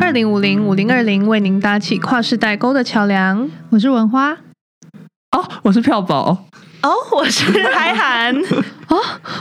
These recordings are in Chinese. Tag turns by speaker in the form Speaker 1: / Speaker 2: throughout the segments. Speaker 1: 二零五零五零二零为您搭起跨世代沟的桥梁。
Speaker 2: 我是文花
Speaker 3: 哦，我是票宝，
Speaker 1: 哦，我是海涵。 哦，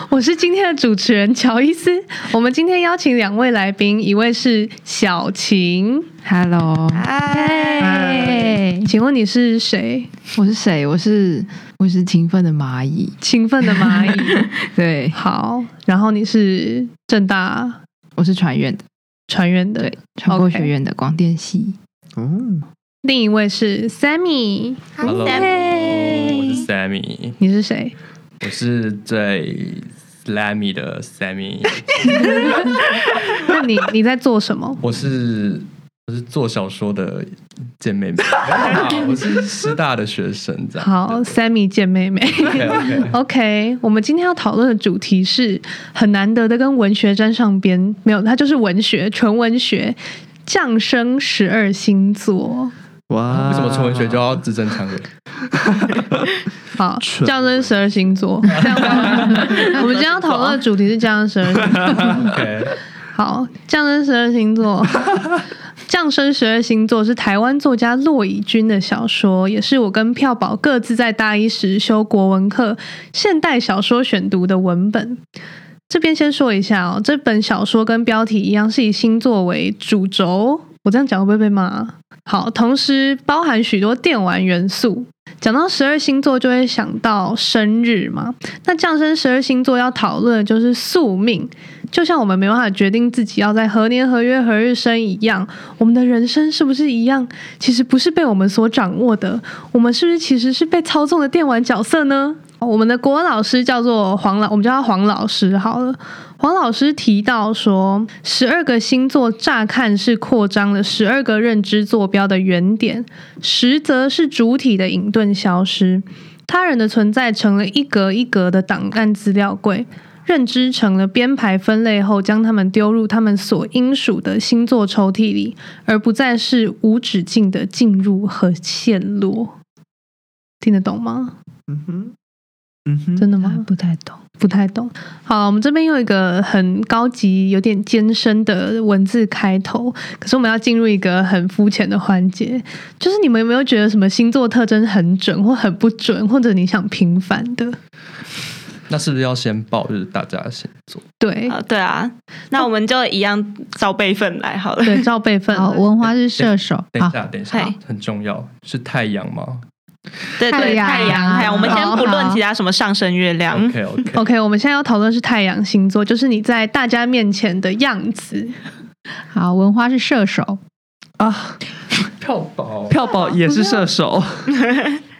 Speaker 1: 我是今天的主持人乔伊斯。我们今天邀请两位来宾，一位是小晴，
Speaker 2: ，Hello，
Speaker 1: 嗨，请问你是谁？
Speaker 2: 我是谁？我是我是勤奋的蚂蚁，
Speaker 1: 勤奋的蚂 蚁。
Speaker 2: 对，
Speaker 1: 好，然后你是正大
Speaker 2: 我是传院的，
Speaker 1: 传院的
Speaker 2: 对，，传播
Speaker 1: OK
Speaker 2: 学院的广电系。
Speaker 3: 嗯
Speaker 1: 另一位是 Sammy，
Speaker 3: ，Hello，我是 Sammy，
Speaker 1: 你是谁？
Speaker 3: 我是最 slammy 的 Sammy，
Speaker 1: 那你你在做什么？
Speaker 3: 我是我是做小说的贱妹妹，我是师大的学生，这样
Speaker 1: 好，Sammy 见妹妹。
Speaker 3: ，OK OK，
Speaker 1: OK，我们今天要讨论的主题是很难得的跟文学沾上边，没有，它就是文学，纯文学。降生十二星座，
Speaker 4: 哇
Speaker 3: 为什么纯文学就要字正腔圆？
Speaker 1: 好，
Speaker 4: 纯
Speaker 1: 降生十二星座。这样吗我们今天 要讨论的主题是降生十二星座。
Speaker 3: OK，
Speaker 1: 好，降生十二星座，降生十二星座是台湾作家骆以军的小说，也是我跟票宝各自在大一时修国文课现代小说选读的文本。这边先说一下哦，这本小说跟标题一样，是以星座为主轴。我这样讲会不会被骂啊？好，同时包含许多电玩元素。讲到十二星座，就会想到生日嘛。那降生十二星座要讨论的就是宿命，就像我们没办法决定自己要在何年何月何日生一样，我们的人生是不是一样？其实不是被我们所掌握的，我们是不是其实是被操纵的电玩角色呢？哦我们的国文老师叫做黄老，我们叫他黄老师好了。黄老师提到说，十二个星座乍看是扩张了十二个认知坐标的原点，实则是主体的隐遁消失，他人的存在成了一格一格的档案资料柜，认知成了编排分类后，将它们丢入他们所应属的星座抽屉里，而不再是无止境的进入和陷落。听得懂吗？
Speaker 4: 嗯哼，嗯哼，
Speaker 1: 真的吗？
Speaker 2: 不太懂，
Speaker 1: 啊不太懂。好，我们这边用一个很高级、有点艰深的文字开头，可是我们要进入一个很肤浅的环节，就是你们有没有觉得什么星座特征很准或很不准，或者你想平反的？
Speaker 3: 那是不是要先报就是大家先做？
Speaker 1: 对
Speaker 5: 啊，对啊，那我们就一样照备份来好了。
Speaker 1: 对，照备 份。
Speaker 2: 好，文花是射手，
Speaker 3: 等一
Speaker 2: 好，
Speaker 3: 下，等一下
Speaker 5: 嗨，
Speaker 3: 很重要，是太阳吗
Speaker 5: 对
Speaker 2: 太
Speaker 5: 对，
Speaker 2: 阳
Speaker 5: 太阳，太阳，我们先
Speaker 1: 好
Speaker 5: 不论
Speaker 2: 好
Speaker 5: 其他什么上升、月亮。
Speaker 3: ？OK OK，
Speaker 1: OK，我们现在要讨论是太阳星座，就是你在大家面前的样子。
Speaker 2: 好，文花是射手，
Speaker 4: 啊，
Speaker 3: 票宝哦
Speaker 4: 票宝也是射手，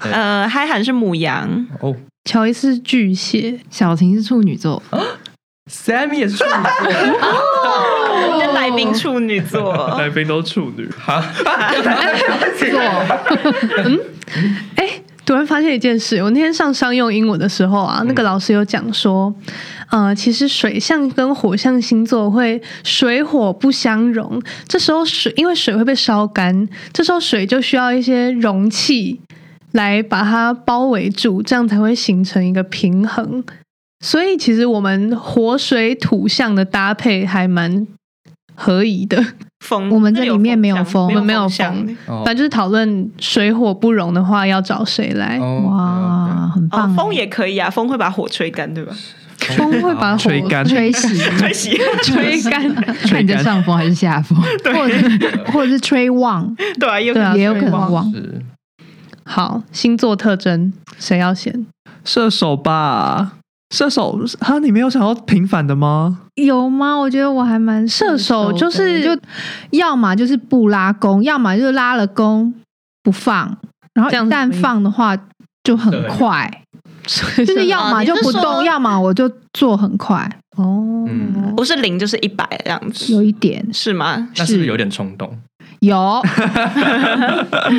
Speaker 5: 呃，海涵是母羊，
Speaker 3: 哦
Speaker 1: 乔伊斯是巨蟹，
Speaker 2: 小婷是处女座，
Speaker 3: ，Sammy 也是处女座，
Speaker 2: 哦
Speaker 5: 我们的来宾处女座。
Speaker 4: 来宾都处女，
Speaker 3: 哈，
Speaker 1: 哎、突然发现一件事，我那天上商用英文的时候
Speaker 3: 嗯
Speaker 1: 啊，那个老师有讲说，呃，其实水象跟火象星座会水火不相容，这时候水因为水会被烧干，这时候水就需要一些容器来把它包围住，这样才会形成一个平衡。所以其实我们火水土象的搭配还蛮合宜的。
Speaker 5: 风，
Speaker 2: 我们这里面没有风
Speaker 5: 风
Speaker 1: 我们没有
Speaker 5: 向
Speaker 1: 风
Speaker 5: 的。
Speaker 3: 哦
Speaker 1: 反正就是讨论水火不容的话，要找谁来？
Speaker 5: 嗯
Speaker 3: 哦，
Speaker 2: 哇，很
Speaker 5: 哦
Speaker 2: 棒，，
Speaker 5: 风也可以啊，风会把火吹干，对吧？
Speaker 1: 风会把火
Speaker 4: 吹干
Speaker 2: 吹洗，
Speaker 5: 吹熄，
Speaker 1: 吹 干，
Speaker 2: 看你的上风还是下风，或者或者是吹旺，
Speaker 5: 对啊，又
Speaker 1: 对啊
Speaker 2: 也有可
Speaker 1: 吹
Speaker 2: 能
Speaker 1: 旺
Speaker 2: 旺，
Speaker 3: 是
Speaker 1: 好，星座特征谁要先？
Speaker 4: 射手吧，射手哈，你没有想要平反的 吗？
Speaker 2: 有吗？我觉得我还蛮
Speaker 1: 射手
Speaker 2: 的
Speaker 1: 就是
Speaker 2: 就要么就是不拉弓，要么就是拉了弓不放，然后一
Speaker 1: 这样是什
Speaker 2: 旦
Speaker 1: 么意思
Speaker 2: 放的话就很
Speaker 3: 对
Speaker 2: 快，
Speaker 1: 就
Speaker 2: 就是要么就不
Speaker 5: 哦你是说
Speaker 2: 动，要么我就做很快，
Speaker 1: 哦，
Speaker 3: 嗯
Speaker 5: 不是零就是一百这样子，
Speaker 2: 有一点
Speaker 5: 是吗？
Speaker 3: 那是不是有点冲动？
Speaker 2: 有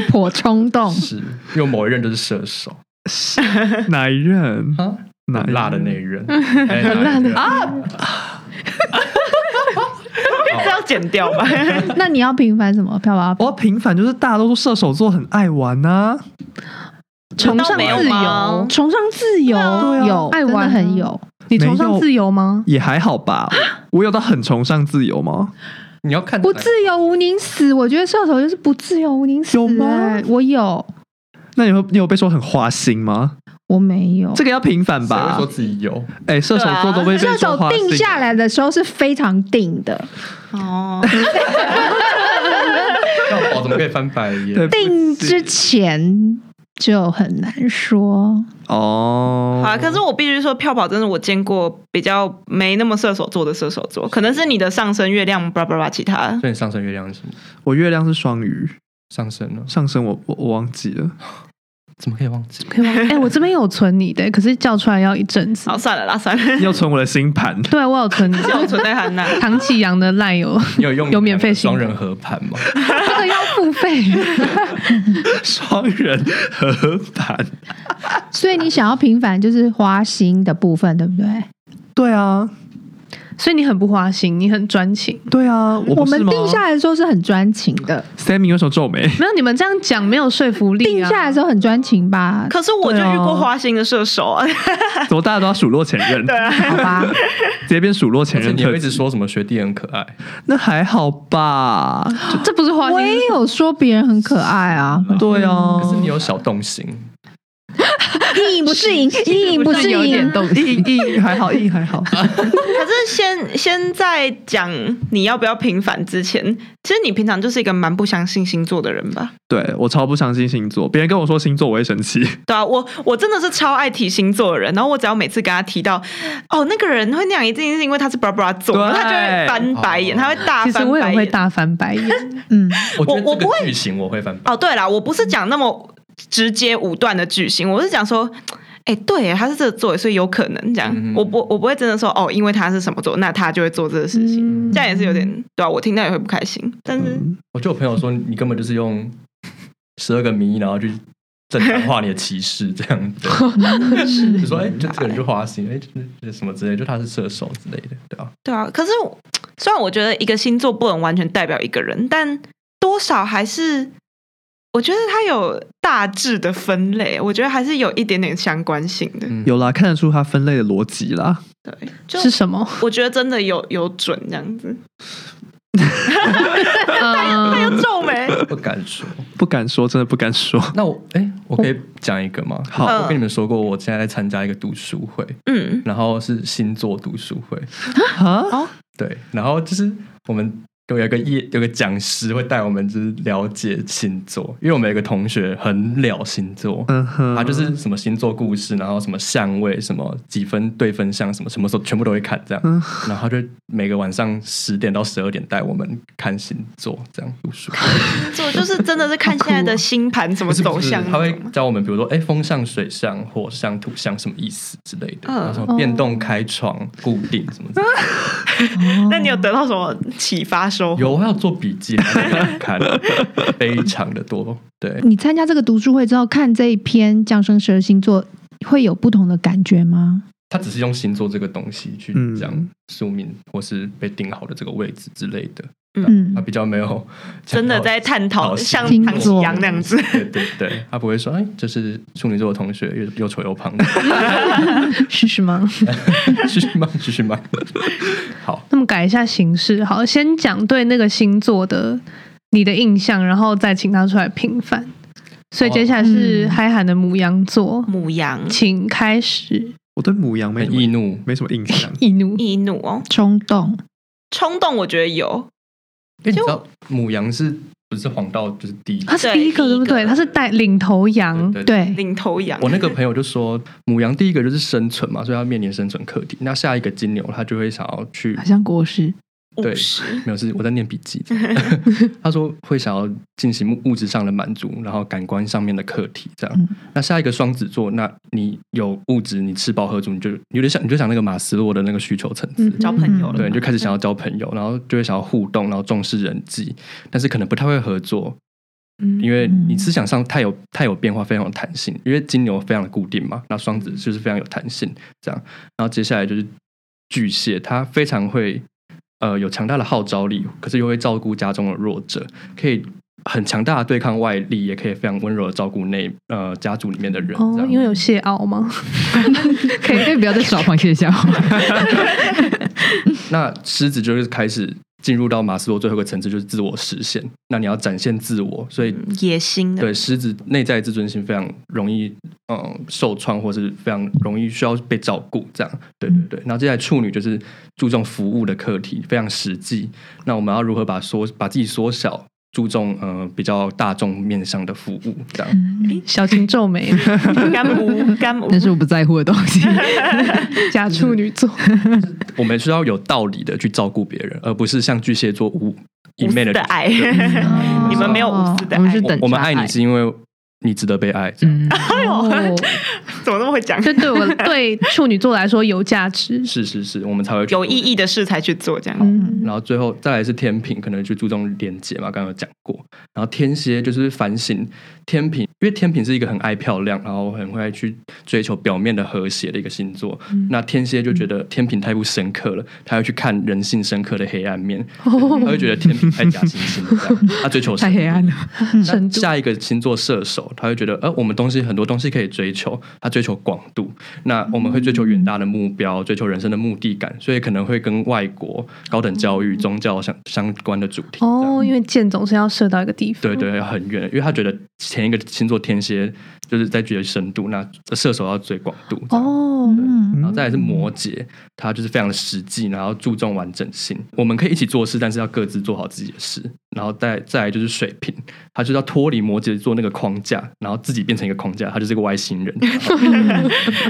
Speaker 2: 颇冲动，
Speaker 3: 是，因为某一任就是射手
Speaker 4: 哪一任？
Speaker 3: 啊，
Speaker 4: 哪一
Speaker 3: 很
Speaker 4: 任
Speaker 3: 辣的那一任，很
Speaker 1: 辣的
Speaker 3: 啊，
Speaker 5: 这要剪掉吧？
Speaker 2: 那你要平凡什么？票宝
Speaker 4: 我要平反，就是大多数射手座很爱玩啊呐、
Speaker 1: 崇 尚
Speaker 5: 难道
Speaker 1: 自
Speaker 5: 没有吗
Speaker 1: 由，
Speaker 2: 崇尚自由，
Speaker 4: 对啊
Speaker 2: 有
Speaker 1: 爱
Speaker 2: 真的
Speaker 1: 玩啊
Speaker 2: 很有，
Speaker 1: 你崇尚自由吗？
Speaker 4: 也还好吧。我有到很崇尚自由吗？
Speaker 3: 你要看
Speaker 2: 不
Speaker 3: 哪个
Speaker 2: 自由无宁死，我觉得射手就是不自由无宁死、
Speaker 4: 有吗
Speaker 2: 哎我有，
Speaker 4: 那你会你有被说很花心吗？
Speaker 2: 我没有。
Speaker 4: 这个要平反
Speaker 3: 谁会
Speaker 4: 吧
Speaker 3: 说？自己有？
Speaker 4: 哎、射手座都被
Speaker 2: 啊射
Speaker 4: 被说
Speaker 2: 手
Speaker 4: 花心，
Speaker 2: 定下来的时候是非常定的，
Speaker 5: 哦，
Speaker 3: 那我怎么可以翻白
Speaker 4: 对
Speaker 3: 眼？
Speaker 2: 定之前就很难说。
Speaker 4: 哦。
Speaker 5: 好啊，可是我必须说，票宝真的我见过比较没那么射手座的射手座，可能是你的上升月亮，巴拉巴拉其他。
Speaker 3: 所以你上升月亮是什么？
Speaker 4: 我月亮是双鱼，
Speaker 3: 上升了，
Speaker 4: 上升我我我忘记了。
Speaker 3: 怎么可以忘记？
Speaker 1: 可以吗？ 哎、我这边有存你的，可是叫出来要一阵子
Speaker 5: 好，。算了啦，算 了，
Speaker 4: 要存我的星盘，
Speaker 1: 对，啊我有存你。
Speaker 5: 像我存在韩娜。
Speaker 1: 唐启阳的赖哦有，
Speaker 3: 你有用
Speaker 1: 有免费信
Speaker 3: 双人合盘吗？
Speaker 1: 这个要付费。
Speaker 4: 双人合盘。
Speaker 2: 所以你想要平反就是花心的部分，对不对？
Speaker 4: 对啊，
Speaker 1: 所以你很不花心，你很专情。
Speaker 4: 对啊，我
Speaker 2: 我
Speaker 4: 不是
Speaker 2: 们
Speaker 4: 吗
Speaker 2: 定下来的时候是很专情的，
Speaker 4: Sammy 为什么皱眉？
Speaker 1: 没有你们这样讲没有说服力、啊。
Speaker 2: 定下来的时候很专情吧？
Speaker 5: 可是我就
Speaker 4: 对啊
Speaker 5: 遇过花心的射手啊，
Speaker 4: 怎么大家都要数落前任？
Speaker 5: 对啊，
Speaker 2: 好吧，
Speaker 4: 直接变数落前
Speaker 3: 而且
Speaker 4: 任
Speaker 3: 你
Speaker 4: 特
Speaker 3: 会一
Speaker 4: 辑
Speaker 3: 直说什么学弟很可爱，
Speaker 4: 那还好吧？
Speaker 1: 这不是花
Speaker 2: 我
Speaker 1: 心，
Speaker 2: 也有说别人很可爱啊，
Speaker 4: 对啊，
Speaker 3: 可是你有小动心，
Speaker 2: 意淫不是淫，意淫不是
Speaker 1: 有
Speaker 2: 淫
Speaker 1: 点，动心。
Speaker 4: 硬硬还好，硬还好。
Speaker 5: 可是先先在讲你要不要平反之前，其实你平常就是一个蛮不相信星座的人吧？
Speaker 4: 对我超不相信星座，别人跟我说星座我会生气。
Speaker 5: 对啊，我我真的是超爱提星座的人，然后我只要每次跟他提到，哦，那个人会那样，一定是因为他是巴拉巴拉座，
Speaker 4: 对
Speaker 5: 然后他就会翻白眼，
Speaker 3: 哦
Speaker 5: 他会大
Speaker 1: 其实
Speaker 5: 翻
Speaker 1: 我
Speaker 5: 白
Speaker 1: 也会
Speaker 5: 眼。
Speaker 1: 大翻白眼，
Speaker 2: 嗯，
Speaker 3: 我觉得
Speaker 5: 我我
Speaker 3: 这
Speaker 5: 不
Speaker 3: 个
Speaker 5: 会
Speaker 3: 剧情我会翻白
Speaker 5: 哦，对啦，我不是讲那么直接武断的句型，我是讲说。哎、对耶，他是这个座，所以有可能这样。
Speaker 3: 嗯
Speaker 5: 我不，我不会真的说哦，因为他是什么座，那他就会做这个事情，
Speaker 1: 嗯
Speaker 5: 这样也是有点对啊。我听到也会不开心，但是、
Speaker 4: 嗯
Speaker 3: 我就有朋友说，你根本就是用十二个谜，然后去正常化你的歧视这样子。
Speaker 1: 是
Speaker 3: 你说，哎、就这个人就花心，哎、这这什么之类，就他是射手之类的，对啊。
Speaker 5: 对啊，可是我虽然我觉得一个星座不能完全代表一个人，但多少还是我觉得它有大致的分类，我觉得还是有一点点相关性的。
Speaker 3: 嗯
Speaker 4: 有啦，看得出他分类的逻辑啦。
Speaker 5: 对，就是
Speaker 1: 什么？
Speaker 5: 我觉得真的有有准这样子，
Speaker 1: 嗯，
Speaker 5: 皱眉。
Speaker 3: 不敢说。
Speaker 4: 不敢说，真的不敢说。
Speaker 3: 那我，哎、我可以讲一个吗？
Speaker 4: 好
Speaker 3: 我跟你们说过，我现在在参加一个读书会，
Speaker 5: 嗯，
Speaker 3: 然后是星座读书会，
Speaker 4: 啊，
Speaker 3: 对，然后就是我们。都有一个业有个讲师会带我们就是了解星座，因为我们有一个同学很了星座，
Speaker 4: 嗯哼，
Speaker 3: 他就是什么星座故事，然后什么相位，什么几分对分相，什么什么时候全部都会看这样。
Speaker 4: 嗯
Speaker 3: 然后他就每个晚上十点到十二点带我们看星座，这样读书。
Speaker 5: 就就是真的是看现在的星盘怎么
Speaker 3: 不是
Speaker 5: 走
Speaker 3: 不是，
Speaker 5: 向
Speaker 3: 他
Speaker 5: 那
Speaker 3: 会
Speaker 5: 种吗，
Speaker 3: 教我们，比如说哎，风象、水象、火象、土象什么意思之类的，
Speaker 5: 嗯
Speaker 3: 然后什么变动、开创、固定什么之类的。
Speaker 5: 那你有得到什么启发收获？
Speaker 3: 有，我还有做笔记来看，非常的多。对，
Speaker 2: 你参加这个读书会之后，看这一篇降生十二星座，会有不同的感觉吗？
Speaker 3: 他只是用星座这个东西去
Speaker 4: 嗯
Speaker 3: 讲宿命或是被定好的这个位置之类的，
Speaker 2: 嗯
Speaker 3: 他，比较没有讲
Speaker 5: 真的
Speaker 3: 到
Speaker 5: 在探讨
Speaker 3: 好
Speaker 5: 像
Speaker 2: 星
Speaker 5: 唐启
Speaker 2: 座
Speaker 5: 阳那样子，
Speaker 3: 对对对，他不会说，哎，这是处女座的同学，又又丑又 胖，
Speaker 1: 是什么？
Speaker 3: 继续骂，继续骂。好，
Speaker 1: 那么改一下形式，好，先讲对那个星座的你的印象，然后再请他出来平反。所以接下来是
Speaker 2: 哦嗯
Speaker 1: 嗨喊的母羊座，
Speaker 5: 母羊
Speaker 1: 请开始。。
Speaker 4: 我对母羊没什
Speaker 3: 很
Speaker 4: 么
Speaker 3: 易怒，
Speaker 4: 没什么印象
Speaker 1: 易怒，
Speaker 5: 易怒哦，
Speaker 2: 冲动，
Speaker 5: 冲动我觉得有，
Speaker 3: 因为你知道母羊是不是黄道就是第一？
Speaker 1: 他是第一个，
Speaker 5: 对
Speaker 1: 对不
Speaker 5: 第一
Speaker 1: 对？
Speaker 5: 个
Speaker 1: 他是带领头羊，
Speaker 3: 对。
Speaker 2: 对，
Speaker 5: 领头羊。
Speaker 3: 我那个朋友就说，母羊第一个就是生存嘛，所以要面临生存课题。那下一个金牛，他就会想要去
Speaker 2: 好像国师，
Speaker 5: 五
Speaker 3: 对
Speaker 5: 十，
Speaker 3: 没有是我在念笔记， 他说会想要进行物物质上的满足，然后感官上面的课题这样。
Speaker 2: 嗯
Speaker 3: 那下一个双子座，那你有物质，你吃饱喝足，你就有点想你就想那个马斯洛的那个需求层次，
Speaker 1: 嗯
Speaker 5: 交朋友了嘛，嗯
Speaker 3: 对，你就开始想要交朋友，然后就会想要互动，然后重视人际，但是可能不太会合作，
Speaker 5: 嗯
Speaker 3: 因为你思想上太有太有变化，非常有弹性。因为金牛非常的固定嘛，那双子就是非常有弹性，这样。然后接下来就是巨蟹，他非常会呃有强大的号召力，可是又会照顾家中的弱者，可以很强大的对抗外力，也可以非常温柔的照顾内呃家族里面的人。这
Speaker 1: 哦，
Speaker 3: 样
Speaker 1: 因为有蟹螯吗？
Speaker 6: 可以可以不要再耍螃蟹笑话。
Speaker 3: 那狮子就是开始进入到马斯洛最后一个层次，就是自我实现。那你要展现自我，所以
Speaker 5: 嗯野心的，
Speaker 3: 对狮子内在自尊心非常容易，嗯，受创或是非常容易需要被照顾。这样，对对
Speaker 5: 嗯
Speaker 3: 对。然后接下来处女就是注重服务的课题，非常实际。那我们要如何把缩把自己缩小，注重呃比较大众面向的服务？这样，
Speaker 5: 嗯
Speaker 1: 小情皱 眉，
Speaker 5: 干无干无
Speaker 2: 那，是我不在乎的东西。
Speaker 1: 假处女 座，
Speaker 3: 我们需要有道理的去照顾别人，而不是像巨蟹座无一
Speaker 5: 无
Speaker 3: 昧
Speaker 5: 私
Speaker 3: 的
Speaker 5: 的爱，
Speaker 2: 哦
Speaker 5: 你们没有无私的
Speaker 2: 我们
Speaker 5: 爱
Speaker 2: 是等
Speaker 3: 我们
Speaker 2: 价
Speaker 3: 爱你是因为你值得被爱。这样
Speaker 2: 嗯，
Speaker 1: 哦
Speaker 5: 怎么那么会讲？
Speaker 1: 这对我对处女座来说有价值。
Speaker 3: 是是是，我们才会去
Speaker 5: 有
Speaker 3: 做
Speaker 5: 意义的事才去做，这样
Speaker 1: 嗯
Speaker 3: 然后最后再来是天平，可能就注重连接嘛，刚刚有讲过。然后天蝎就是反省天平，因为天平是一个很爱漂亮，然后很会去追求表面的和谐的一个星座。
Speaker 2: 嗯
Speaker 3: 那天蝎就觉得天平太不深刻了，他要去看人性深刻的黑暗面，他会觉得天平太假惺惺了这样，他追求
Speaker 2: 哦 太黑暗了。
Speaker 3: 那下一个星座射手，他会觉得，呃，我们东西很多东西可以追求，他追求广度。那我们会追求远大的目标，追求人生的目的感，所以可能会跟外国、高等教育、宗教相相关的主题。
Speaker 1: 哦，因为箭总是要射到一个地方。
Speaker 3: 对对，很远，因为他觉得前一个星座天蝎就是在追求深度，那射手要追广度。这样，
Speaker 1: 哦，
Speaker 2: 嗯，
Speaker 3: 然后再来是摩羯，他就是非常的实际，然后注重完整性。我们可以一起做事，但是要各自做好自己的事。然后再再来就是水瓶，他就是要脱离摩羯座那个框架，然后自己变成一个框架，他就是个外星人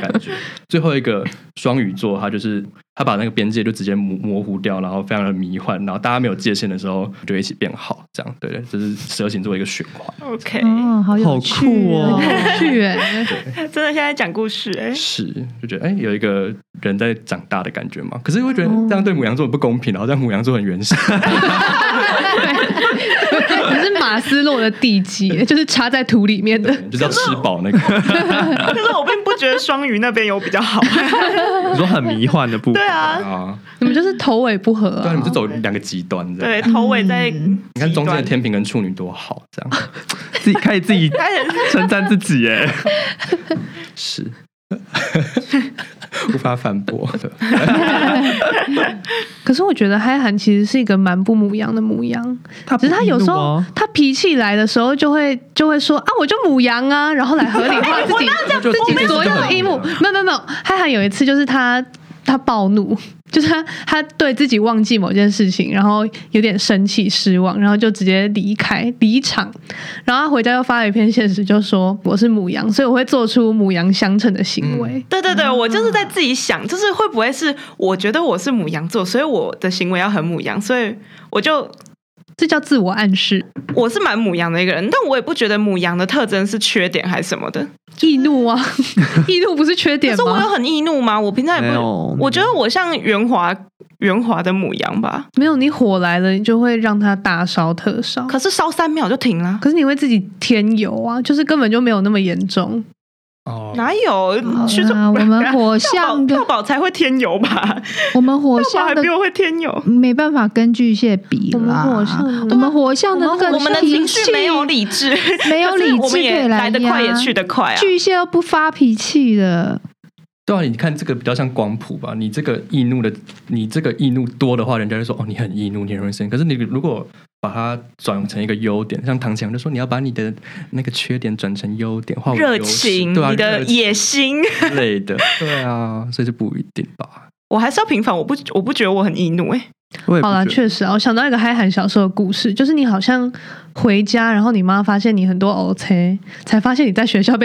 Speaker 3: 感觉。最后一个双鱼座，他就是他把那个边界就直接模模糊掉，然后非常的迷幻，然后大家没有界限的时候就一起变好，这样对对，这是蛇形座一个循环。
Speaker 5: OK，
Speaker 2: 哦，好有
Speaker 4: 好
Speaker 2: 趣
Speaker 4: 酷哦
Speaker 1: 有趣 哎，
Speaker 5: 真的现在讲故事哎，
Speaker 3: 是，就觉得哎、有一个人在长大的感觉嘛。可是会觉得这样对母羊座很不公平，然后让母羊座很原始。
Speaker 1: 你是马斯洛的地基，就是插在土里面的。
Speaker 3: 就是要吃饱那个。
Speaker 5: 可是我并不觉得双鱼那边有比较 好，
Speaker 4: 你说很迷幻的部分
Speaker 5: 对，啊，
Speaker 3: 啊，
Speaker 1: 你们就是头尾不合、
Speaker 3: 对啊，你
Speaker 1: 啊
Speaker 3: 们就。走两个极端这
Speaker 5: 对，
Speaker 3: 样。
Speaker 5: 头尾在
Speaker 2: 嗯
Speaker 3: 你看中间的天平跟处女多好，这样
Speaker 4: 自己可以自己
Speaker 5: 开始
Speaker 4: 称赞自己哎，
Speaker 3: 是 无法反驳。对
Speaker 1: 可是我觉得嗨韩其实是一个蛮不母羊的母羊，
Speaker 4: 他
Speaker 1: 只是他有时候
Speaker 4: 不易怒哦
Speaker 1: 他脾气来的时候就会就会说啊，我就母羊啊，然后来合理化自己
Speaker 3: 就
Speaker 1: 自己所有的一幕。 没有没有没有，嗨韩有一次就是他他暴怒，就是他他对自己忘记某件事情，然后有点生气失望，然后就直接离开离场，然后他回家又发了一篇现实，就说我是母羊，所以我会做出母羊相称的行为。
Speaker 5: 对对对，我就是在自己想，就是会不会是我觉得我是母羊座，所以我的行为要很母羊，所以我就
Speaker 1: 这叫自我暗示，
Speaker 5: 我是蛮母羊的一个人，但我也不觉得母羊的特征是缺点还是什么的。
Speaker 1: 易怒啊，易怒不是缺
Speaker 5: 可
Speaker 1: 点
Speaker 5: 是我有
Speaker 1: 吗？
Speaker 5: 很易怒吗？我平常也
Speaker 4: 没
Speaker 5: 不，
Speaker 4: 有
Speaker 5: 我觉得我像圆滑圆滑的母羊吧，
Speaker 1: 没有，你火来了，你就会让它大烧特烧。
Speaker 5: 可是烧三秒就停了。
Speaker 1: 可是你会自己添油啊，就是根本就没有那么严重。
Speaker 3: 哦，
Speaker 5: 哪有？去
Speaker 2: 啊，我们火象
Speaker 5: 跳
Speaker 2: 跟
Speaker 5: 宝才会添油吧？
Speaker 2: 我们火
Speaker 5: 跳宝
Speaker 2: 象
Speaker 5: 还
Speaker 2: 的
Speaker 5: 比我会添油。
Speaker 2: 没办法跟巨蟹比
Speaker 1: 我们
Speaker 2: 啦。
Speaker 1: 火象的
Speaker 2: 我们火象的那个
Speaker 5: 啊我们的
Speaker 2: 脾
Speaker 5: 情绪没有理智，
Speaker 2: 没有
Speaker 5: 可是
Speaker 2: 理
Speaker 5: 我
Speaker 2: 智
Speaker 5: 们
Speaker 2: 可
Speaker 5: 也
Speaker 2: 以来
Speaker 5: 来得快也去得快啊。
Speaker 2: 巨蟹又不发脾气的，
Speaker 3: 对啊，你看这个比较像光谱吧。你这个易怒的，你这个易怒多的话，人家就说哦，你很易怒，你很容易生气。可是你如果把它转成一个优点，像唐强就说你要把你的那个缺点转成优点，化为
Speaker 5: 热
Speaker 3: 优势
Speaker 5: 情，
Speaker 3: 对啊，
Speaker 5: 你的
Speaker 3: 热情
Speaker 5: 野心，
Speaker 3: 之类的，对啊，所以就不一定吧。
Speaker 5: 我还是要平凡。我不，我不觉得我很易怒哎、
Speaker 4: 我也不
Speaker 1: 好啦，哦
Speaker 4: 觉得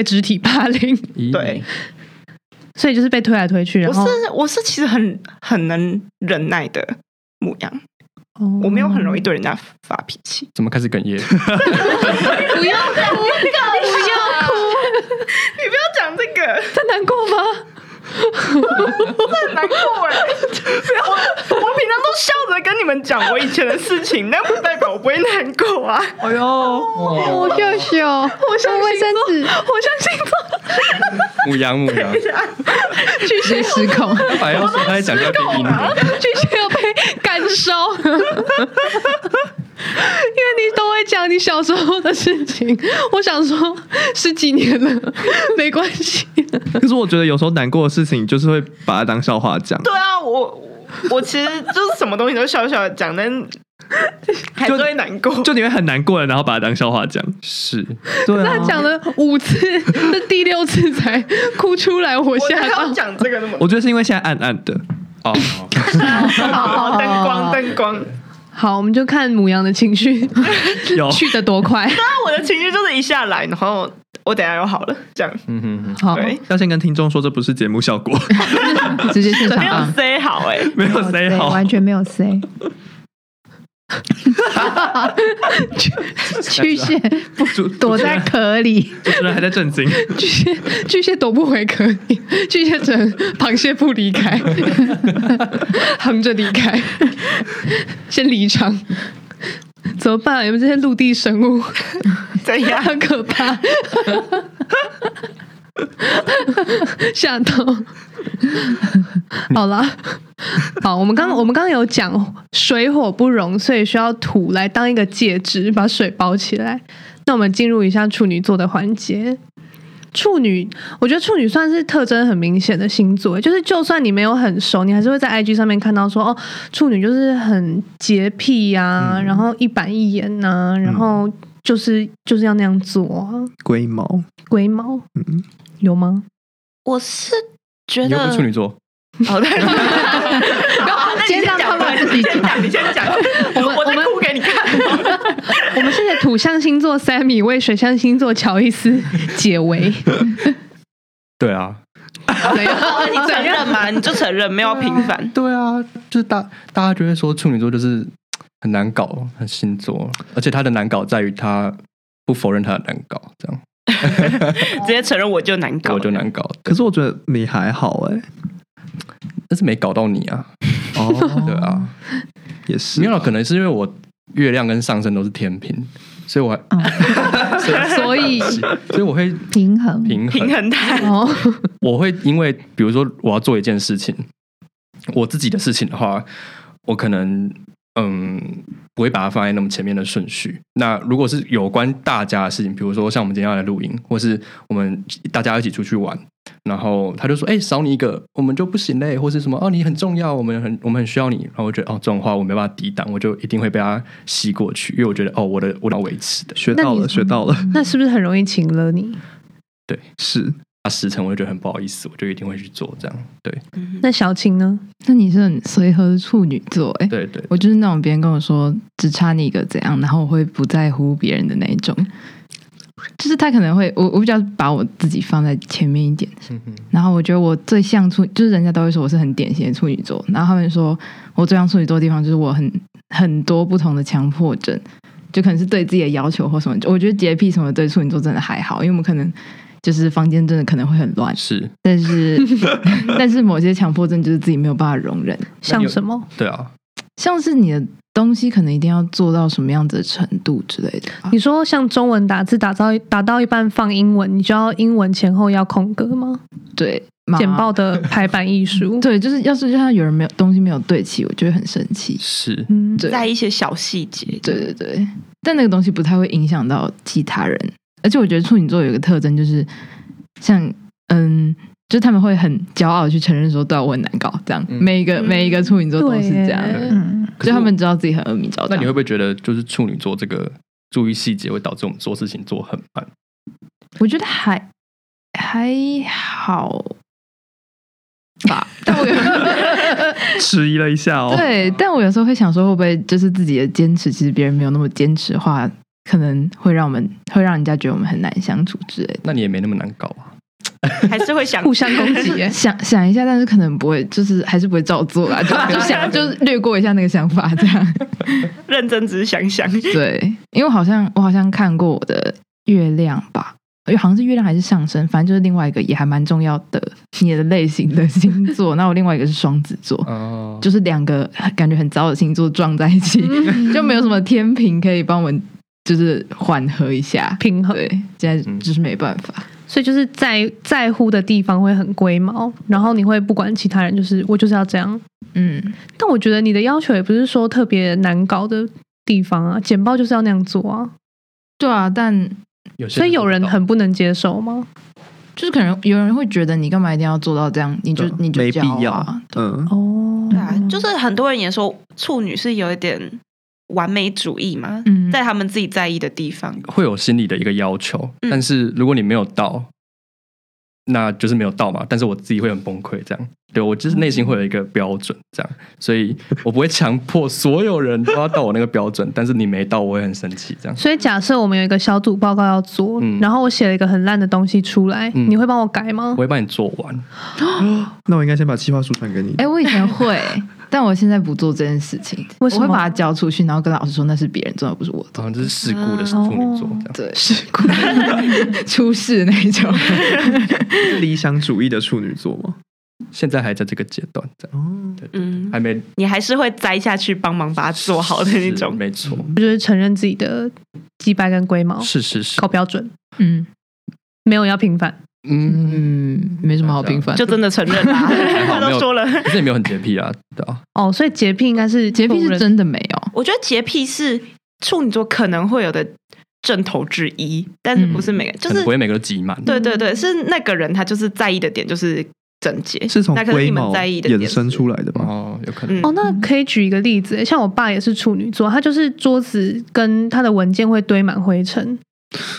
Speaker 3: 咦
Speaker 5: 对，
Speaker 1: 所以就是被推来推去。然
Speaker 5: 我
Speaker 1: 后
Speaker 5: 是我是其实很很能忍耐的模样，
Speaker 1: 哦
Speaker 5: 我没有很容易对人家发脾气。
Speaker 3: 怎么开始哽咽？
Speaker 1: 不要哭，不要哭，
Speaker 5: 你不要讲这 个，
Speaker 1: 这难过 吗？
Speaker 5: 很难过哎、我我平常都笑着跟你们讲我以前的事情，但不代表我不会难过啊。
Speaker 4: 哎呦，
Speaker 2: 我秀秀，
Speaker 1: 哦
Speaker 2: 我
Speaker 1: 相信
Speaker 2: 卫生纸，
Speaker 1: 我相信
Speaker 3: 母羊母羊，
Speaker 2: 巨蟹失控，
Speaker 3: 白要说他在讲要变易怒，
Speaker 1: 巨蟹要被感烧， 因为你都会讲你小时候的事情。我想说，十几年了，没关系。
Speaker 4: 可是我觉得有时候难过的事情就是会把它当笑话讲，
Speaker 5: 对啊，我我其实就是什么东西都小小的讲，但还是会难 过。
Speaker 4: 就你会很难过的，然后把它当笑话讲。
Speaker 3: 是
Speaker 4: 对
Speaker 1: 他
Speaker 4: 啊，
Speaker 1: 讲了五次，这第六次才哭出来，我
Speaker 5: 我
Speaker 1: 吓
Speaker 5: 还
Speaker 1: 到
Speaker 5: 要。讲这个那么
Speaker 4: 我觉得是因为现在暗暗的，
Speaker 3: 哦，
Speaker 5: 好灯光灯光，
Speaker 1: 好，我们就看母羊的情绪
Speaker 4: 有
Speaker 1: 去的多快。
Speaker 5: 那我的情绪就是一下来，然后我等一下又好了，这样
Speaker 3: 嗯哼哼，
Speaker 1: 好，
Speaker 5: 对，
Speaker 4: 要先跟听众说这不是节目效果，
Speaker 2: 直接现场
Speaker 5: 没有
Speaker 2: 啊
Speaker 5: say 好哎、
Speaker 4: 没有 say
Speaker 2: 对
Speaker 4: 好。
Speaker 2: 完全没有 say，巨蟹不
Speaker 4: 主
Speaker 2: 躲在壳里，
Speaker 4: 主持人还在震惊，
Speaker 1: 巨蟹巨蟹躲不回壳里，巨蟹只能螃蟹不离开， 横着离开，先离场。怎么办？你们这些陆地生物
Speaker 5: 怎样？
Speaker 1: 很可怕， 吓到。好啦，好，我们刚我们刚刚有讲水火不容，所以需要土来当一个介质，把水包起来。那我们进入一下处女座的环节。处女，我觉得处女算是特征很明显的星座，欸就是就算你没有很熟，你还是会在 IG 上面看到说，哦，处女就是很洁癖呀、
Speaker 4: 嗯
Speaker 1: 然后一板一眼呐、
Speaker 6: 嗯
Speaker 1: 然后就是就是要那样做、啊，
Speaker 4: 龟毛，
Speaker 1: 龟毛
Speaker 4: 嗯，
Speaker 1: 有吗？
Speaker 5: 我是觉
Speaker 3: 你又不是处女座，
Speaker 5: 好的，
Speaker 2: 先让他们自己讲
Speaker 5: 讲，你先讲，我
Speaker 1: 们
Speaker 5: 我
Speaker 1: 我
Speaker 5: 再
Speaker 1: 们
Speaker 5: 哭给你看。
Speaker 1: 我们谢谢土象星座 Sammy 为水象星座乔伊斯解围，
Speaker 3: 对啊，
Speaker 1: 怎样
Speaker 6: 啊
Speaker 5: 你承认嘛？你就承认，没有平凡。
Speaker 3: 对啊，就是大大家就会说处女座就是很难搞，很星座，而且他的难搞在于他不否认他的难搞，这样
Speaker 5: 直接承认我就难搞，
Speaker 3: 我就难搞，
Speaker 4: 可是我觉得你还好哎、
Speaker 3: 但是没搞到你啊，
Speaker 4: 哦
Speaker 3: 对啊，，
Speaker 4: 也是
Speaker 3: 没有啦，可能是因为我月亮跟上升都是天平，所以我还
Speaker 1: 所以
Speaker 3: 所以我会
Speaker 2: 平衡
Speaker 3: 平衡
Speaker 5: 平衡他。
Speaker 1: 哦，
Speaker 3: 我会因为比如说我要做一件事情，我自己的事情的话，我可能嗯不会把它放在那么前面的顺序。那如果是有关大家的事情，比如说像我们今天要来录音，或是我们大家一起出去玩，然后他就说：“哎、少你一个，我们就不行嘞。”或是什么“哦，你很重要，我们很我们很需要你。”然后我觉得哦，这种话我没办法抵挡，我就一定会被他吸过去，因为我觉得哦，我的我要维持的
Speaker 4: 学到
Speaker 1: 那
Speaker 4: 了，
Speaker 1: 你
Speaker 4: 学到了，
Speaker 1: 那是不是很容易请了你？
Speaker 4: 是
Speaker 3: 他时辰，我就觉得很不好意思，我就一定会去做这样。对
Speaker 1: 那小青呢？
Speaker 6: 那你是很随和的处女座哎、
Speaker 3: 对对，
Speaker 6: 我就是那种别人跟我说只差你一个怎样，然后我会不在乎别人的那一种。就是他可能会，我我比较把我自己放在前面一点，
Speaker 3: 嗯哼
Speaker 6: 然后我觉得我最像处，就是人家都会说我是很典型的处女座，然后他们说我最像处女座的地方就是我很很多不同的强迫症，就可能是对自己的要求或什么。我觉得洁癖什么对处女座真的还好，因为我们可能就是房间真的可能会很乱，
Speaker 3: 是
Speaker 6: 但是 但是某些强迫症就是自己没有办法容忍，
Speaker 1: 像什么？
Speaker 3: 对啊。
Speaker 6: 像是你的东西可能一定要做到什么样子的程度之类的吧。
Speaker 1: 你说像中文打字打到打到一半放英文，你就要英文前后要空格吗？
Speaker 6: 对吗
Speaker 1: 简报的排版艺术，
Speaker 6: 对，就是要是就像有人没有东西没有对齐，我就会很生气。
Speaker 3: 是
Speaker 1: 嗯，
Speaker 6: 对
Speaker 5: 在一些小细节，
Speaker 6: 对对对，但那个东西不太会影响到其他人，而且我觉得处女座有一个特征就是像嗯。就是他们会很骄傲地去承认说，对啊，我很难搞，这样。
Speaker 3: 嗯
Speaker 6: 每一个、每一个处女座都是这样，
Speaker 1: 对耶
Speaker 2: 嗯，
Speaker 3: 可
Speaker 6: 就是他
Speaker 3: 我
Speaker 6: 们知道自己很恶名昭
Speaker 3: 哦那
Speaker 6: 彰
Speaker 3: 你会。不会觉得，就是处女座这个注意细节会导致我们做事情做很慢？
Speaker 6: 我觉得还还好吧，但我有
Speaker 4: 迟疑了一下哦。
Speaker 6: 对，但我有时候会想说，会不会就是自己的坚持，其实别人没有那么坚持的话，可能会让我们会让人家觉得我们很难相处之类的。
Speaker 3: 那你也没那么难搞啊。
Speaker 5: 还是会想
Speaker 1: 互相攻 击耶。
Speaker 6: 想想一下，但是可能不会，就是还是不会照做啊啦，就就想就略过一下那个想法这样。
Speaker 5: 认真，只是想想。
Speaker 6: 对，因为好像我好像看过我的月亮吧，因为好像是月亮还是上升，反正就是另外一个也还蛮重要的你的类型的星座。那我另外一个是双子座，
Speaker 3: 哦
Speaker 6: 就是两个感觉很糟的星座撞在一起，就没有什么天平可以帮我们就是缓和一下。
Speaker 1: 平衡，
Speaker 6: 对，现在就是没办法。
Speaker 1: 所以就是在在乎的地方会很龟毛，然后你会不管其他人，就是我就是要这样。
Speaker 6: 嗯，
Speaker 1: 但我觉得你的要求也不是说特别难搞的地方啊，简报就是要那样做啊，
Speaker 6: 对啊，但
Speaker 3: 有些
Speaker 1: 所以有人
Speaker 3: 不知道
Speaker 1: 很不能接受吗？
Speaker 6: 就是可能有人会觉得你干嘛一定要做到这样？你就
Speaker 4: 对啊
Speaker 6: 你就
Speaker 4: 嗯没
Speaker 6: 骄傲
Speaker 4: 必要
Speaker 6: 啊。
Speaker 4: 嗯，
Speaker 1: 哦，
Speaker 5: 对啊，就是很多人也说处女是有一点完美主义嘛，
Speaker 6: 嗯
Speaker 5: 在他们自己在意的地方。
Speaker 3: 会有心理的一个要求，
Speaker 5: 嗯
Speaker 3: 但是如果你没有到，那就是没有到嘛。但是我自己会很崩溃，这样对我就是内心会有一个标准，这样，所以我不会强迫所有人都要到我那个标 准，但是你没到，我会很生气，这样。
Speaker 1: 所以假设我们有一个小组报告要做，
Speaker 3: 嗯
Speaker 1: 然后我写了一个很烂的东西出来，
Speaker 3: 嗯
Speaker 1: 你会帮我改吗
Speaker 3: 我？会帮你做完，
Speaker 4: 嗯 那我应该先把计划书传给你。
Speaker 6: 哎、我以前会，但我现在不做这件事情。
Speaker 1: 为什么
Speaker 6: 我会把它交出去，然后跟老师说那是别人做的，不是我
Speaker 3: 好
Speaker 6: 做的。
Speaker 3: 像这是事故的处女座
Speaker 5: 哦
Speaker 3: 这样。
Speaker 6: 对，事故 出事那 一种。
Speaker 4: 是理想主义的处女座吗？
Speaker 3: 现在还在这个阶段，这样
Speaker 4: 哦，
Speaker 5: 嗯，
Speaker 3: 还没
Speaker 5: 你还是会栽下去帮忙把它做好的那
Speaker 3: 是
Speaker 5: 种。嗯
Speaker 3: 没错，
Speaker 1: 就是承认自己的鸡掰跟龟毛，
Speaker 3: 是是是
Speaker 1: 高，标准，
Speaker 6: 嗯
Speaker 1: 没有要平凡。
Speaker 3: 嗯，
Speaker 6: 嗯，没什么好平凡。
Speaker 1: 啊
Speaker 5: 就真的承认啦，
Speaker 3: 好
Speaker 5: 他
Speaker 3: 没有
Speaker 5: 都说了。
Speaker 3: 可是也没有很洁癖啊，对啊，
Speaker 1: 哦，所以洁癖应该是
Speaker 6: 洁癖
Speaker 1: 不
Speaker 6: 是
Speaker 1: 认
Speaker 6: 真的没有，
Speaker 5: 我觉得洁癖是处女座可能会有的症头之一，但是不是每个，就
Speaker 3: 可能
Speaker 5: 是
Speaker 3: 不会每个都挤满，
Speaker 5: 对对对，是那个人他就是在意的点就是整洁，
Speaker 4: 是从
Speaker 5: 那可能
Speaker 4: 龟
Speaker 5: 你们
Speaker 4: 毛
Speaker 5: 在意的
Speaker 4: 衍
Speaker 5: 点
Speaker 4: 生
Speaker 5: 是
Speaker 4: 出来的吧？
Speaker 3: 哦，有可能，
Speaker 5: 嗯
Speaker 1: 哦，那可以举一个例子，像我爸也是处女座，他就是桌子跟他的文件会堆满灰尘，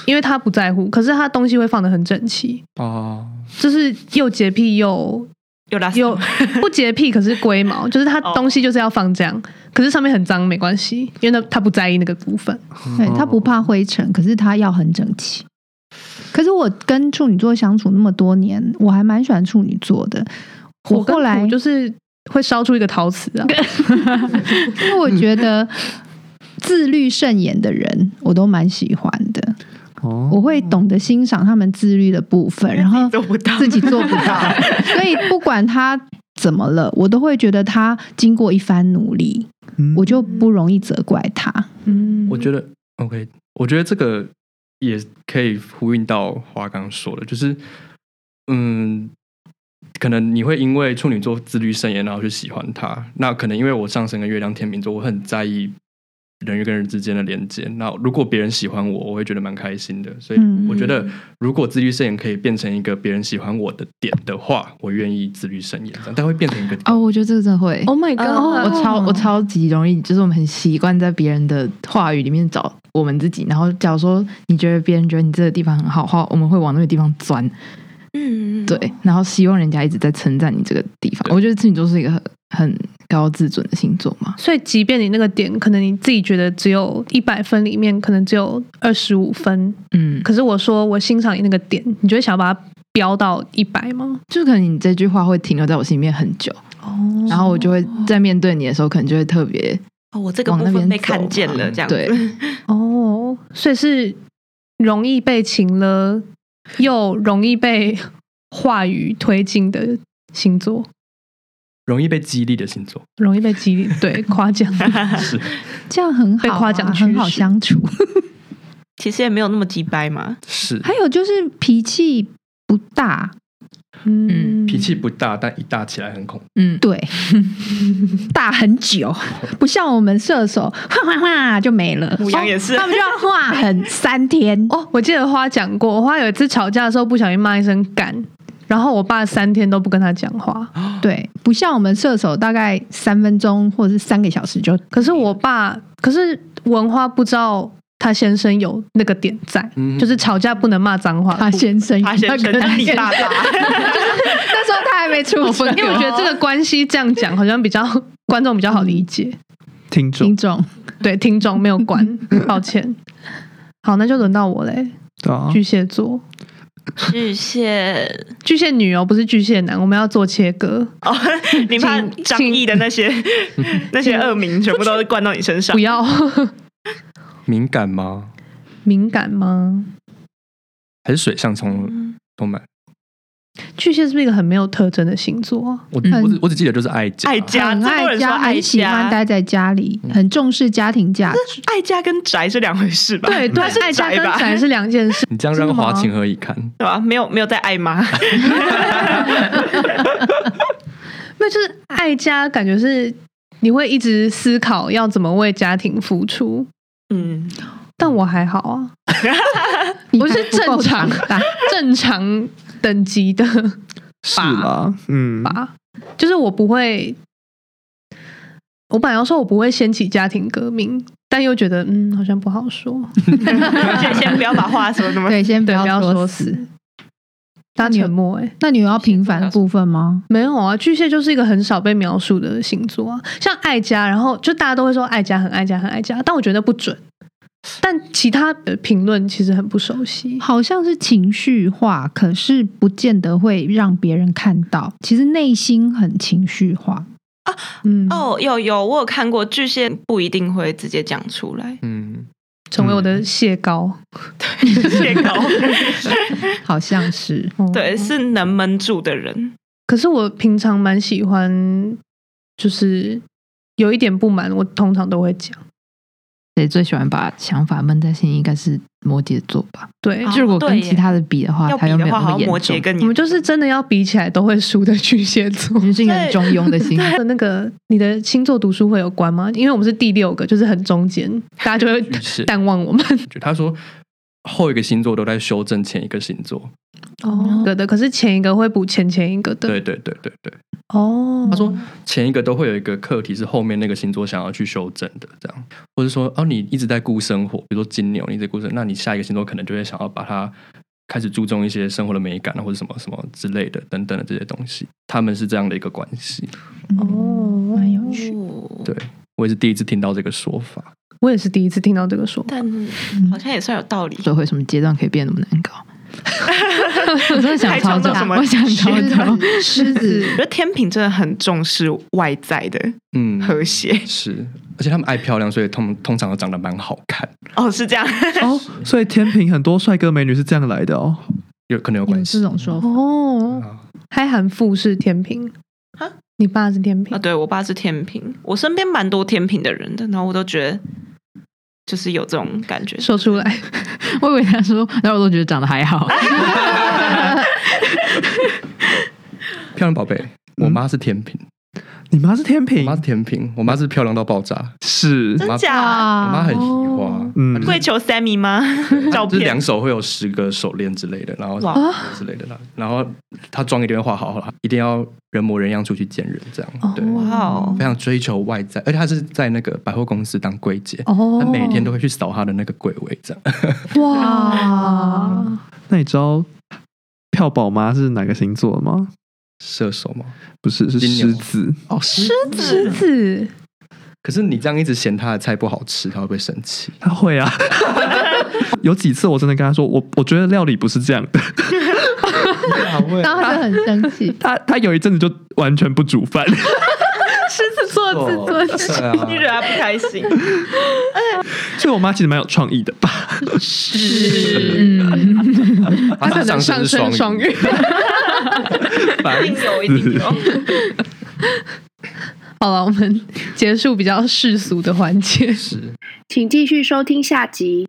Speaker 1: 因为他不在乎，可是他东西会放得很整齐，
Speaker 3: 哦，
Speaker 1: 就是又洁癖又
Speaker 5: 有啦
Speaker 1: 又 不洁癖，可是龟毛，就是他东西就是要放这样，可是上面很脏没关系，因为他他不在意那个部分。
Speaker 2: 对他不怕灰尘，可是他要很整齐。可是我跟处女座相处那么多年，我还蛮喜欢处女座的。我
Speaker 1: 火跟
Speaker 2: 后来
Speaker 1: 土就是会烧出一个陶瓷啊，
Speaker 2: 因为我觉得自律慎言的人，我都蛮喜欢的。
Speaker 4: 哦
Speaker 2: 我会懂得欣赏他们自律的部
Speaker 1: 嗯
Speaker 2: 分，然后
Speaker 5: 做不到，
Speaker 2: 自己做不到， 所以不管他怎么了，我都会觉得他经过一番努力，
Speaker 4: 嗯
Speaker 2: 我就不容易责怪他。
Speaker 1: 嗯，
Speaker 3: 我觉得 OK，我觉得这个也可以呼应到华刚说的，就是嗯，可能你会因为处女座自律慎言，然后去喜欢他。那可能因为我上升跟月亮天秤座，我很在意人与跟人之间的连接。那如果别人喜欢我，我会觉得蛮开心的。所以
Speaker 2: 嗯
Speaker 3: 我觉得，如果自律慎言可以变成一个别人喜欢我的点的话，我愿意自律慎言，这样但会变成一个
Speaker 6: 哦，我觉得这个真的会。
Speaker 1: Oh my God，、哦
Speaker 6: 我超我超级容易，就是我们很习惯在别人的话语里面找我们自己。然后，假如说你觉得别人觉得你这个地方很好的话，我们会往那个地方钻，
Speaker 5: 嗯，嗯，嗯
Speaker 6: 对。然后希望人家一直在称赞你这个地方。我觉得处女座是一个很很高自尊的星座嘛。
Speaker 1: 所以，即便你那个点可能你自己觉得只有一百分里面，可能只有二十五分，
Speaker 6: 嗯，
Speaker 1: 可是我说我欣赏你那个点，你就会想要把它标到一百吗？
Speaker 6: 就可能你这句话会停留在我心里面很久，
Speaker 1: 哦
Speaker 6: 然后我就会在面对你的时候，可能就会特别
Speaker 5: 哦我这个
Speaker 6: 往
Speaker 5: 部
Speaker 6: 那边
Speaker 5: 分被
Speaker 6: 走
Speaker 5: 看见
Speaker 6: 嘛
Speaker 5: 了，这样
Speaker 6: 对，
Speaker 1: 哦，所以是容易被情了，又容易被话语推进的星座，
Speaker 3: 容易被激励的星座。
Speaker 1: 容易被激励，对，夸奖。
Speaker 3: 是，
Speaker 2: 这样很好、啊，
Speaker 1: 被夸奖趋势
Speaker 2: 很好相处。
Speaker 5: 其实也没有那么鸡掰嘛，
Speaker 3: 是
Speaker 2: 还有就是脾气不大，
Speaker 1: 嗯，。
Speaker 3: 脾气不大，但一大起来很恐怖。
Speaker 6: 嗯，
Speaker 2: 对，大很久，不像我们射手，哗哗哗就没了。
Speaker 5: 母羊也是
Speaker 2: 哦他们就要画很三天
Speaker 1: 哦，我记得花讲过，我花有一次吵架的时候不小心骂一声“干”，然后我爸三天都不跟他讲话。
Speaker 2: 对，不像我们射手，大概三分钟或者是三个小时就。
Speaker 1: 可是我爸，可是文花不知道他先生有那个点在，
Speaker 3: 嗯
Speaker 1: 就是吵架不能骂脏话。
Speaker 2: 他先生，
Speaker 5: 他先生
Speaker 2: 跟
Speaker 5: 他李
Speaker 2: 先
Speaker 5: 大大，
Speaker 2: 那时候他还没出生，
Speaker 1: 因为我觉得这个关系这样讲好像比较观众比较好理解，
Speaker 4: 听众
Speaker 2: 品种
Speaker 1: 对听众没有关，抱歉。好，那就轮到我嘞，
Speaker 4: 对啊，
Speaker 1: 巨蟹座，
Speaker 5: 巨蟹
Speaker 1: 巨蟹女哦，不是巨蟹男，我们要做切割，
Speaker 5: 哦， 你怕张译的那 些那些恶名全部都是灌到你身上
Speaker 1: 不，要
Speaker 3: 敏感吗？
Speaker 1: 敏感吗？
Speaker 3: 还是水象充
Speaker 5: 嗯
Speaker 3: 充满？
Speaker 1: 巨蟹是不是一个很没有特征的星座啊？
Speaker 3: 我
Speaker 6: 嗯
Speaker 3: 我只我只记得就是爱家，
Speaker 5: 爱家
Speaker 2: 很
Speaker 5: 这多
Speaker 2: 爱
Speaker 5: 人说
Speaker 2: 家，
Speaker 5: 爱
Speaker 2: 很喜
Speaker 5: 家嗯
Speaker 2: 欢待在家里，很重视家庭价值。
Speaker 5: 爱家跟宅是两回事吧？
Speaker 1: 对对，
Speaker 5: 啊是
Speaker 1: 爱家
Speaker 5: 宅
Speaker 1: 跟
Speaker 5: 吧
Speaker 1: 宅是两件事。
Speaker 3: 你这样让华情何以堪？，
Speaker 5: 对吧？没有没有在爱吗？
Speaker 1: 那就是爱家，感觉是你会一直思考要怎么为家庭付出。
Speaker 5: 嗯，
Speaker 1: 但我还好啊，
Speaker 2: 你
Speaker 1: 我是
Speaker 2: 还不
Speaker 1: 正
Speaker 2: 够
Speaker 1: 常啊
Speaker 2: 大，
Speaker 1: 正常等级的
Speaker 4: 是啦，嗯，
Speaker 1: 吧，就是我不会我本来要说我不会掀起家庭革命，但又觉得嗯，好像不好说。
Speaker 5: 先先不要把话说那 么。
Speaker 2: 对，先不
Speaker 1: 对，不要
Speaker 2: 说
Speaker 1: 说死。。大家沉默哎、
Speaker 2: 那你有要平凡的部分吗？
Speaker 1: 没有啊，巨蟹就是一个很少被描述的星座啊，像爱家，然后就大家都会说爱家很爱家很爱家，但我觉得不准。但其他的评论其实很不熟悉，
Speaker 2: 好像是情绪化，可是不见得会让别人看到。其实内心很情绪化，
Speaker 1: 嗯，
Speaker 5: 哦，有有，我有看过巨蟹不一定会直接讲出来
Speaker 3: 嗯，
Speaker 1: 成为我的蟹膏，
Speaker 5: 蟹 膏
Speaker 2: 好像是。
Speaker 1: 哦
Speaker 5: 对是能闷住的人，
Speaker 1: 可是我平常蛮喜欢，就是有一点不满，我通常都会讲。
Speaker 6: 谁最喜欢把想法闷在心里？应该是摩羯座吧。
Speaker 1: 对，
Speaker 5: 哦
Speaker 6: 就如果
Speaker 5: 对
Speaker 6: 跟
Speaker 5: 耶
Speaker 6: 其他的比的话，
Speaker 5: 要
Speaker 6: 他
Speaker 5: 比
Speaker 6: 又没
Speaker 5: 的
Speaker 6: 有
Speaker 5: 话，
Speaker 6: 那
Speaker 5: 好
Speaker 6: 么
Speaker 5: 像摩
Speaker 6: 严
Speaker 5: 羯
Speaker 6: 重。
Speaker 5: 跟
Speaker 1: 我们
Speaker 5: 你
Speaker 1: 就是真的要比起来都会输的巨蟹座。
Speaker 6: 你是一个很中庸的心，
Speaker 1: 跟那个你的星座读书会有关吗？因为我们是第六个，就是很中间，大家就会
Speaker 3: 是
Speaker 1: 淡忘我们。
Speaker 3: 他说后一个星座都在修正前一个星座，
Speaker 1: 哦，有的，可是前一个会补前前一个的。
Speaker 3: 对对对对对，
Speaker 1: 哦，
Speaker 3: 他说前一个都会有一个课题是后面那个星座想要去修正的，这样，或者说哦你一直在顾生活，比如说金牛你一直顾生，那你下一个星座可能就会想要把它开始注重一些生活的美感啊或者什么什么之类的等等的这些东西，他们是这样的一个关系。
Speaker 1: 哦
Speaker 2: 嗯蛮有趣。
Speaker 5: 哦
Speaker 3: 对我也是第一次听到这个说法，
Speaker 1: 我也是第一次听到这个说法。
Speaker 5: 但好像也算有道理。
Speaker 6: 所以为什么阶段可以变得那么难搞？ 我真的想
Speaker 5: 还
Speaker 6: 超
Speaker 5: 创造
Speaker 6: 久
Speaker 5: 什，么
Speaker 6: 我想超
Speaker 5: 学
Speaker 6: 久。
Speaker 2: 狮 子
Speaker 5: 我觉得天平真的很重视外在的
Speaker 3: 嗯，
Speaker 5: 和谐。
Speaker 3: 是，而且他们爱漂亮，所以通通常都长得蛮好看，
Speaker 5: 哦，是这样。
Speaker 4: 哦，所以天平很多帅哥美女是这样来的哦。
Speaker 3: 有可能有
Speaker 2: 有
Speaker 3: 关系
Speaker 2: 这。种说法，
Speaker 1: 哦，
Speaker 3: 啊
Speaker 1: 还含富是天平
Speaker 5: 啊，
Speaker 1: 你爸是天
Speaker 5: 啊，
Speaker 1: 平，
Speaker 5: 对我爸是天平，我身边蛮多天平的人的，然后我都觉得就是有这种感觉。
Speaker 1: 说出来。
Speaker 6: 我以为他说，然后我都觉得长得还 好。
Speaker 3: 漂亮宝贝，我妈是天平，
Speaker 4: 你妈是天
Speaker 3: 我
Speaker 4: 平
Speaker 3: 妈，是天平，我妈是漂亮到爆炸，
Speaker 4: 是
Speaker 3: 我
Speaker 5: 真
Speaker 3: 妈
Speaker 5: 假？
Speaker 3: 我妈
Speaker 2: 啊，
Speaker 3: 很喜欢，
Speaker 4: 嗯
Speaker 5: 跪求 Sammy 吗？哦照
Speaker 3: 就是
Speaker 5: 片
Speaker 3: 两手会有十个手链之类的，然后
Speaker 5: 哇
Speaker 3: 之类的啦，然后她妆一定会化好好，一定要人模人样出去见人，这样对，
Speaker 5: 哇 哦
Speaker 3: 非常追求外在，而且她是在那个百货公司当柜姐。
Speaker 1: 哦，
Speaker 3: 她每天都会去扫她的那个柜位，这样
Speaker 1: 哇，
Speaker 4: 那你知道票宝妈是哪个星座的吗？
Speaker 3: 射手吗？
Speaker 4: 不是，是
Speaker 3: 金牛
Speaker 4: 狮子。
Speaker 3: 哦，是。
Speaker 1: 狮子，
Speaker 3: 可是你这样一直嫌她的菜不好吃，她会不会生气？
Speaker 4: 他会啊， 有几次我真的跟他说，我我觉得料理不是这样的。。
Speaker 2: 然后他就很生气
Speaker 4: 他他有一阵子就完全不煮饭，
Speaker 1: 狮子座自尊心。
Speaker 5: 你惹他不开心，
Speaker 4: 所以我妈其实蛮有创意的吧。
Speaker 1: 嗯，
Speaker 3: 他
Speaker 1: 可能上
Speaker 3: 上
Speaker 1: 升
Speaker 3: 是
Speaker 1: 双
Speaker 3: 双
Speaker 1: 鱼。
Speaker 5: 一定有，一定有。
Speaker 1: 好了，我们结束比较世俗的环节。
Speaker 3: 是。
Speaker 7: 请继续收听下集。